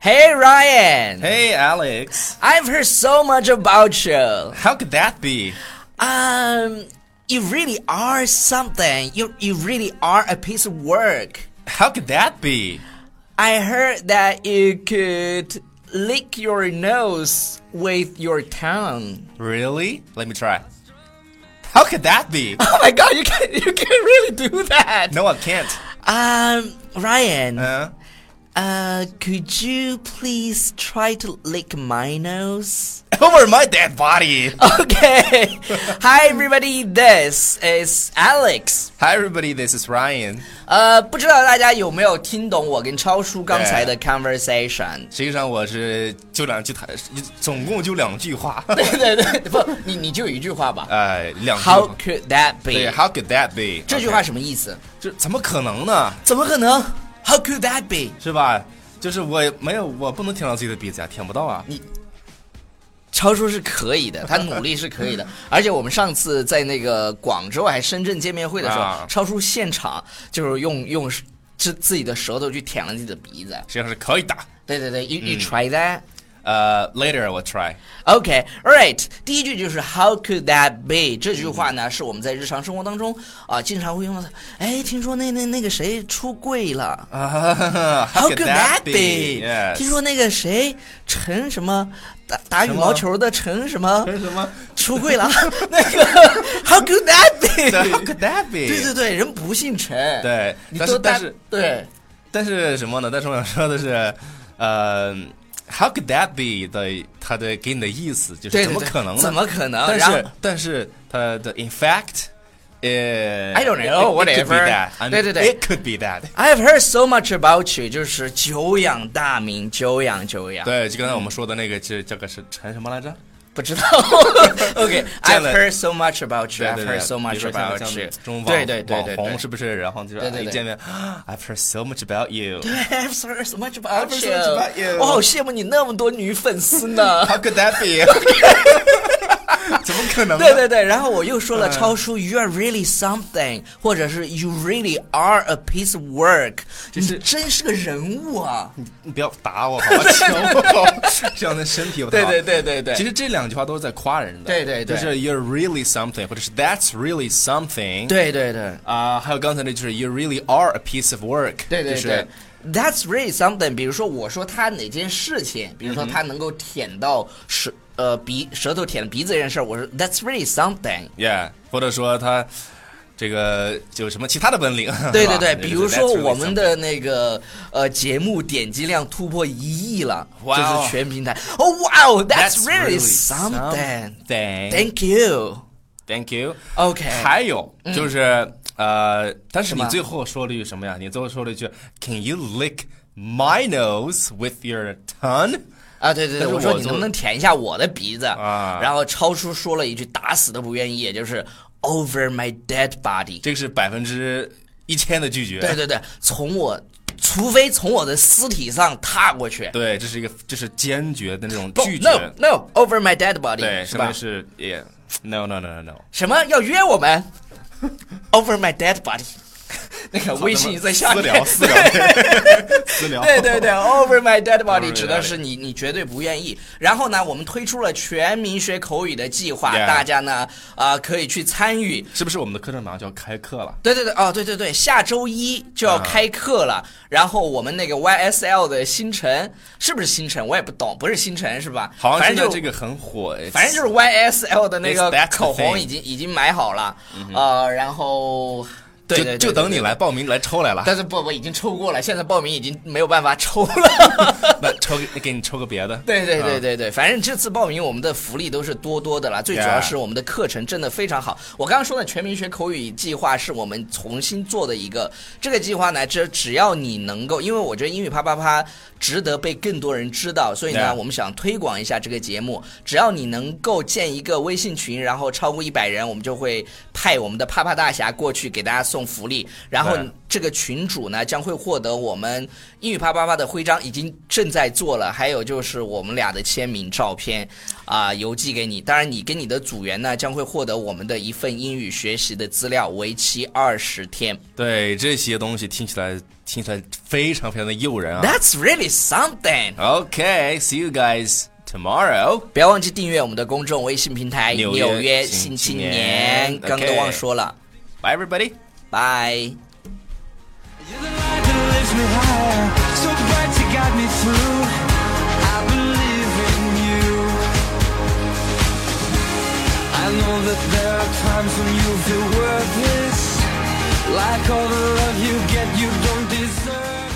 Hey Ryan, Hey, Alex. I've heard so much about you. How could that be? Um, you really are something. You you really are a piece of work. How could that be? I heard that you could lick your nose with your tongue. Really? Let me try. How could that be? Oh my god, you can you can really do that. No, I can't. Um, Ryan, uh, Uh, could you please try to lick my nose? over my dead body. Okay. Hi everybody, this is Alex. Hi, everybody. This is Ryan. 呃，不知道大家有没有听懂我跟超叔刚才的 conversation？实际上我是就两句台，总共就两 句话。对对对，不，你你就有一句话吧。哎，两句 How 话。 could that 对 be？ ，How could that be？这句话什么意思？这怎么可能呢？怎么可能？How could that be？是吧？就是我没有，我不能舔到自己的鼻子呀、舔不到啊。超叔是可以的，他努力是可 以的。而且我们上次在那个广州还深圳见面会的时候，啊超叔现场就是用用自自己的舌头去舔了自己的鼻子。实际上是可以的。对对对，you 嗯 you try that？呃、l a t e r I will try。 OK, all right。第一句就是 How could that be？这句话嗯呢，是我们在日常生活当中啊，经常会用到。哎，听说那那那个谁出柜了啊？How could that be？ Yes 听说那个谁陈什么打打羽毛球的陈什么是什 么？出柜了？那个 How could that How be？ could that be？对对对，人不姓陈。，对你但都是搭但是对。但是什么呢？但是我想说的是，呃，How could that be 的它的给你的意思就是对对怎么对可能呢？怎么可能但然后是但是它的 in fact。呃 I don't know, it could be whatever. that. And 对对对，It could be that。 I've heard so much about you，就是久仰大名，久仰久仰。对，就刚才我们说的那个，是这个是陈什么来着？不 知道。OK, 这样 I've 的 heard so much about you. 对 I've 对 heard 对 so 比 much 如说像 about 像 you. 中网对对对对网红对是不是？然后就是对对哎一对见面啊，I've heard so much about you。 I've heard so much I've about heard so much about you. you. 我好羡慕你那么多女粉丝 呢。 How could that be？怎么可能呢？对对对，然后我又说嗯了，超叔，You are really something，或者是 You really are a piece of work，你是真是个人物啊！你不要打我，好吧？求我，这样的身体不太对好。对对对对，其实这两句话都是在夸人的。对对对就是 You're really something，或者是 That's really something。对对对啊，还有刚才那就是 You really are a piece of work。对对就是对。That's really something。比如说，我说他哪件事情，比如嗯说他能够舔到舌呃鼻舌头舔鼻子这件事儿，我说 That's really something。 Yeah，或者说他这个有什么其他的本领？ 对是吧对 对，就是比如说 that's really 我们的那个呃节目点击量突破一亿了，就 Wow 是全平台。哦，哇哦 something ，That's really really something。 Thank Thank you。 Thank you。 OK，嗯还有就是呃，但是什你么最后说了一句什么呀？你最后说了一句 Can you lick my nose with your tongue？啊，对对对，但是我说我你就能不能舔一下我的鼻子？啊然后超叔说了一句打死都不愿意，也就是 Over my dead body。这个是百分之一千的拒绝。对对对，从我，除非从我的尸体上踏过去。对，这是一个，这是坚决的那种不拒绝。 No no over my dead body，对，是上面吧？是 yeah no no no no no。什么要约我 们？Over my dead body，那个微信在下私面。聊私聊 私聊。 对对对，over my dead body my 指的是你，你绝对不愿意。然后呢，我们推出了全民学口语的计划 Yeah 大家呢啊、可以去参与。是不是我们的课程马上就要开课了？对对对，哦，对对对，下周一就要开课了。然后我们那个 YSL 的星辰是不是星辰？我也不懂，不是星辰是吧？好像反现正在就这个很火，哎反正就是 YSL 的那个 It's- that's the 口红 thing 嗯已经已经买好了，呃，然后对对，就就等你了。来报名来抽来了。但是不不已经抽过了，现在报名已经没有办法抽 了。那抽给给你抽个别的。对对对嗯对对，反正这次报名我们的福利都是多多的啦，最主要 Yeah 是我们的课程真的非常好。我刚刚说的全民学口语计划是我们重新做的一个，这个计划呢，这只要你能够，因为我觉得英语啪啪啪值得被更多人知道，所以呢， Yeah 我们想推广一下这个节目。只要你能够建一个微信群，然后超过一百人，我们就会派我们的啪啪大侠过去给大家送送福利，然后对这个群主呢将会获得我们英语啪啪啪的徽章，已经正在做了，还有就是我们俩的签名照片啊、邮寄给你。当然，你跟你的组员呢将会获得我们的一份英语学习的资料，为期二十天。对这些东西听起来听起来非常非常的诱人啊。 That's really something。 OK，see、you guys tomorrow。不要忘记订阅我们的公众微信平台《纽纽约约新新青青年年》，刚刚 OK 都忘说了， Bye everybody。拜。 You're the light that lifts me higher, so bright you got me through. I believe in you. I know that there are times when you feel worthless, like all the love you get, you don't deserve.